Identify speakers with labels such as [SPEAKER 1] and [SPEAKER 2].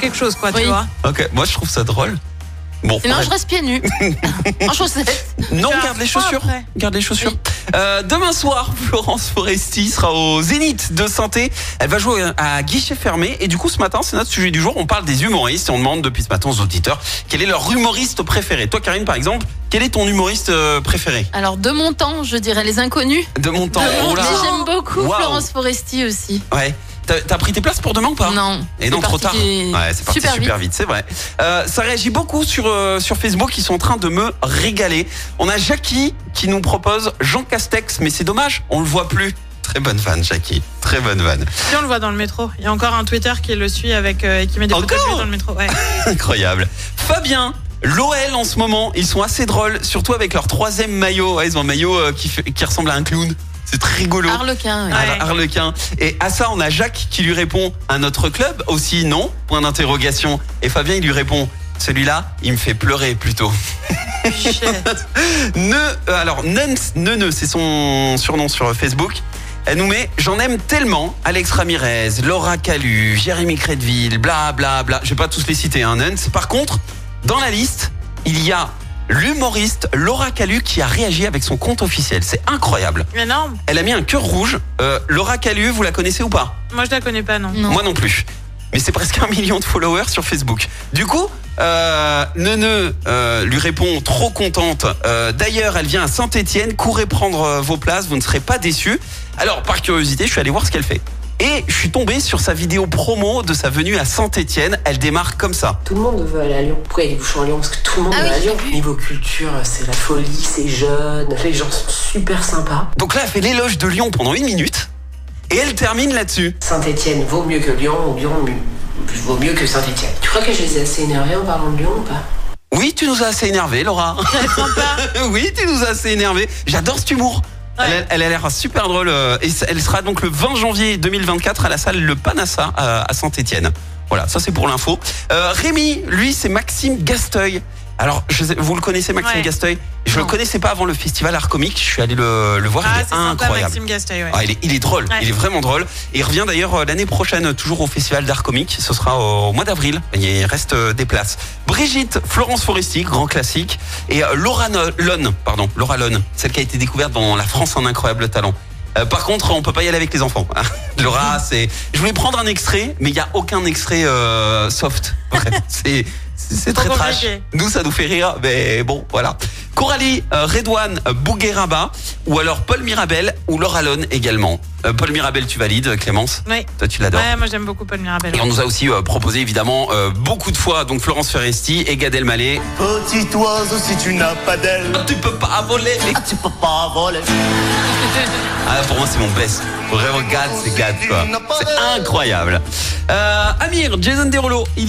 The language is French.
[SPEAKER 1] quelque chose, quoi,
[SPEAKER 2] Oui.
[SPEAKER 1] tu vois.
[SPEAKER 3] Ok, moi je trouve ça drôle. Bon,
[SPEAKER 2] Non,
[SPEAKER 3] bref.
[SPEAKER 2] Eh ben, je reste pieds nus. en chaussettes.
[SPEAKER 3] non,
[SPEAKER 1] T'as
[SPEAKER 3] garde les
[SPEAKER 1] froid
[SPEAKER 3] chaussures.
[SPEAKER 1] après.
[SPEAKER 3] Garde les chaussures. Euh, demain soir, Florence Foresti sera au Zénith de Sainté. Elle va jouer à guichet fermé. Et du coup, ce matin, c'est notre sujet du jour. On parle des humoristes et on demande depuis ce matin aux auditeurs quel est leur humoriste préféré. Toi, Karine, par exemple, quel est ton humoriste euh, préféré
[SPEAKER 2] Alors, de mon temps, je dirais les inconnus.
[SPEAKER 3] de mon temps
[SPEAKER 2] Mais
[SPEAKER 3] Oh là.
[SPEAKER 2] j'aime beaucoup
[SPEAKER 3] Waouh.
[SPEAKER 2] Florence Foresti aussi.
[SPEAKER 3] Ouais. T'as t'as pris tes places pour demain ou pas
[SPEAKER 2] Non.
[SPEAKER 3] Et non,
[SPEAKER 2] c'est
[SPEAKER 3] trop tard.
[SPEAKER 2] parti
[SPEAKER 3] Ouais, c'est parti
[SPEAKER 2] vite.
[SPEAKER 3] super, vite, c'est vrai. Euh, ça réagit beaucoup sur, euh, sur Facebook, ils sont en train de me régaler. On a Jackie qui nous propose Jean Castex, mais c'est dommage, on le voit plus. Très bonne vanne, Jackie. Très bonne vanne.
[SPEAKER 1] Si on le voit dans le métro. Il y a encore un Twitter qui le suit avec euh, et qui met des photos
[SPEAKER 3] Encore
[SPEAKER 1] de lui dans le métro. Ouais.
[SPEAKER 3] Incroyable. Fabien, l'OL en ce moment, ils sont assez drôles, surtout avec leur troisième maillot. Ouais, ils ont un maillot euh, qui, fait- qui ressemble à un clown. C'est très rigolo.
[SPEAKER 2] Harlequin. ouais.
[SPEAKER 1] Ah,
[SPEAKER 3] Har-
[SPEAKER 1] Ouais.
[SPEAKER 3] Harlequin. Et à ça, on a Jacques qui lui répond un autre club aussi, non Point d'interrogation. Et Fabien, il lui répond celui-là, il me fait pleurer plutôt.
[SPEAKER 1] Shit.
[SPEAKER 3] Ne, euh, alors Nance Neuneu, c'est son surnom sur Facebook. Elle nous met J'en aime tellement Alex Ramirez, Laura Calu, Jérémy Crédville, bla bla bla. Je vais pas tous les citer, hein, Nance. Par contre, dans la liste, il y a l'humoriste Laura Calu qui a réagi avec son compte officiel. C'est incroyable.
[SPEAKER 1] Énorme.
[SPEAKER 3] Elle a mis un cœur rouge. Euh, Laura Calu, vous la connaissez ou pas
[SPEAKER 1] Moi, je la connais pas, non.
[SPEAKER 2] Non.
[SPEAKER 3] Moi non plus. Mais c'est presque un million de followers sur Facebook. Du coup, euh, Nene euh, lui répond trop contente. Euh, D'ailleurs, elle vient à Saint-Étienne. Courez prendre euh, vos places, vous ne serez pas déçus. Alors, par curiosité, je suis allé voir ce qu'elle fait. Et je suis tombé sur sa vidéo promo de sa venue à Saint-Étienne. Elle démarre comme ça.
[SPEAKER 4] Tout le monde veut aller à Lyon. Pourquoi il y a des bouchons à Lyon Parce que tout le monde
[SPEAKER 2] Ah
[SPEAKER 4] veut
[SPEAKER 2] oui,
[SPEAKER 4] aller à
[SPEAKER 2] j'ai
[SPEAKER 4] Lyon.
[SPEAKER 2] vu.
[SPEAKER 4] Niveau culture, c'est la folie, c'est jeune, les gens sont super sympas.
[SPEAKER 3] Donc là, elle fait l'éloge de Lyon pendant une minute. Et elle termine là-dessus.
[SPEAKER 4] Saint-Etienne vaut mieux que Lyon, ou Lyon vaut mieux que Saint-Etienne. Tu crois que je les ai assez énervés en parlant de Lyon ou pas
[SPEAKER 3] Oui, tu nous as assez énervé, Laura.
[SPEAKER 1] Ah,
[SPEAKER 3] oui, tu nous as assez énervé. J'adore cet humour.
[SPEAKER 1] Ouais.
[SPEAKER 3] Elle, a- elle a l'air super drôle. euh, Et c- elle sera donc le 20 janvier 2024 à la salle Le Panassa euh, à, à Saint-Etienne. Voilà, ça c'est pour l'info. Euh, Rémi, lui, c'est Maxime Gasteuil. Alors, je sais- vous le connaissez, Maxime
[SPEAKER 1] Ouais.
[SPEAKER 3] Gasteuil Je
[SPEAKER 2] Non.
[SPEAKER 3] le connaissais pas avant le festival Art Comique. Je suis allé le, le voir.
[SPEAKER 1] Ah,
[SPEAKER 3] il
[SPEAKER 1] c'est
[SPEAKER 3] est
[SPEAKER 1] sympa,
[SPEAKER 3] incroyable.
[SPEAKER 1] Maxime Gasteuil. Ouais.
[SPEAKER 3] Ah, il, est, il est drôle,
[SPEAKER 1] Ouais.
[SPEAKER 3] il est vraiment drôle. Et il revient d'ailleurs euh, l'année prochaine, euh, toujours au Festival d'Art Comique. Ce sera au, au mois d'avril. Il reste euh, des places. Brigitte, Florence Foresti, grand classique. Et euh, Laura No- Lone, pardon, Laura Lone, celle qui a été découverte dans La France un incroyable talent. Euh, par contre, on peut pas y aller avec les enfants. Laura, c'est. Je voulais prendre un extrait, mais il y a aucun extrait euh, soft. Vraiment, c'est c'est
[SPEAKER 1] Trop
[SPEAKER 3] très trash.
[SPEAKER 1] compliqué.
[SPEAKER 3] Nous, ça nous fait rire, mais bon, voilà. Coralie, euh, Redouane, euh, Bougueraba, ou alors Paul Mirabel, ou Laura Lone également. Euh, Paul Mirabel, tu valides, Clémence
[SPEAKER 1] Ouais.
[SPEAKER 3] Toi, tu l'adores.
[SPEAKER 1] Ouais, moi j'aime beaucoup Paul Mirabel.
[SPEAKER 3] Et on nous a aussi euh, proposé, évidemment, euh, beaucoup de fois, donc Florence Ferresti et Gad Elmaleh. Ah,
[SPEAKER 5] Petit oiseau, si tu n'as pas d'aile,
[SPEAKER 3] Tu peux pas voler les-
[SPEAKER 5] Ah, tu peux pas voler.
[SPEAKER 3] Ah, pour moi, c'est mon best. Vraiment, Gad, c'est Gad, quoi. C'est incroyable. Euh, Amir, Jason Derulo, il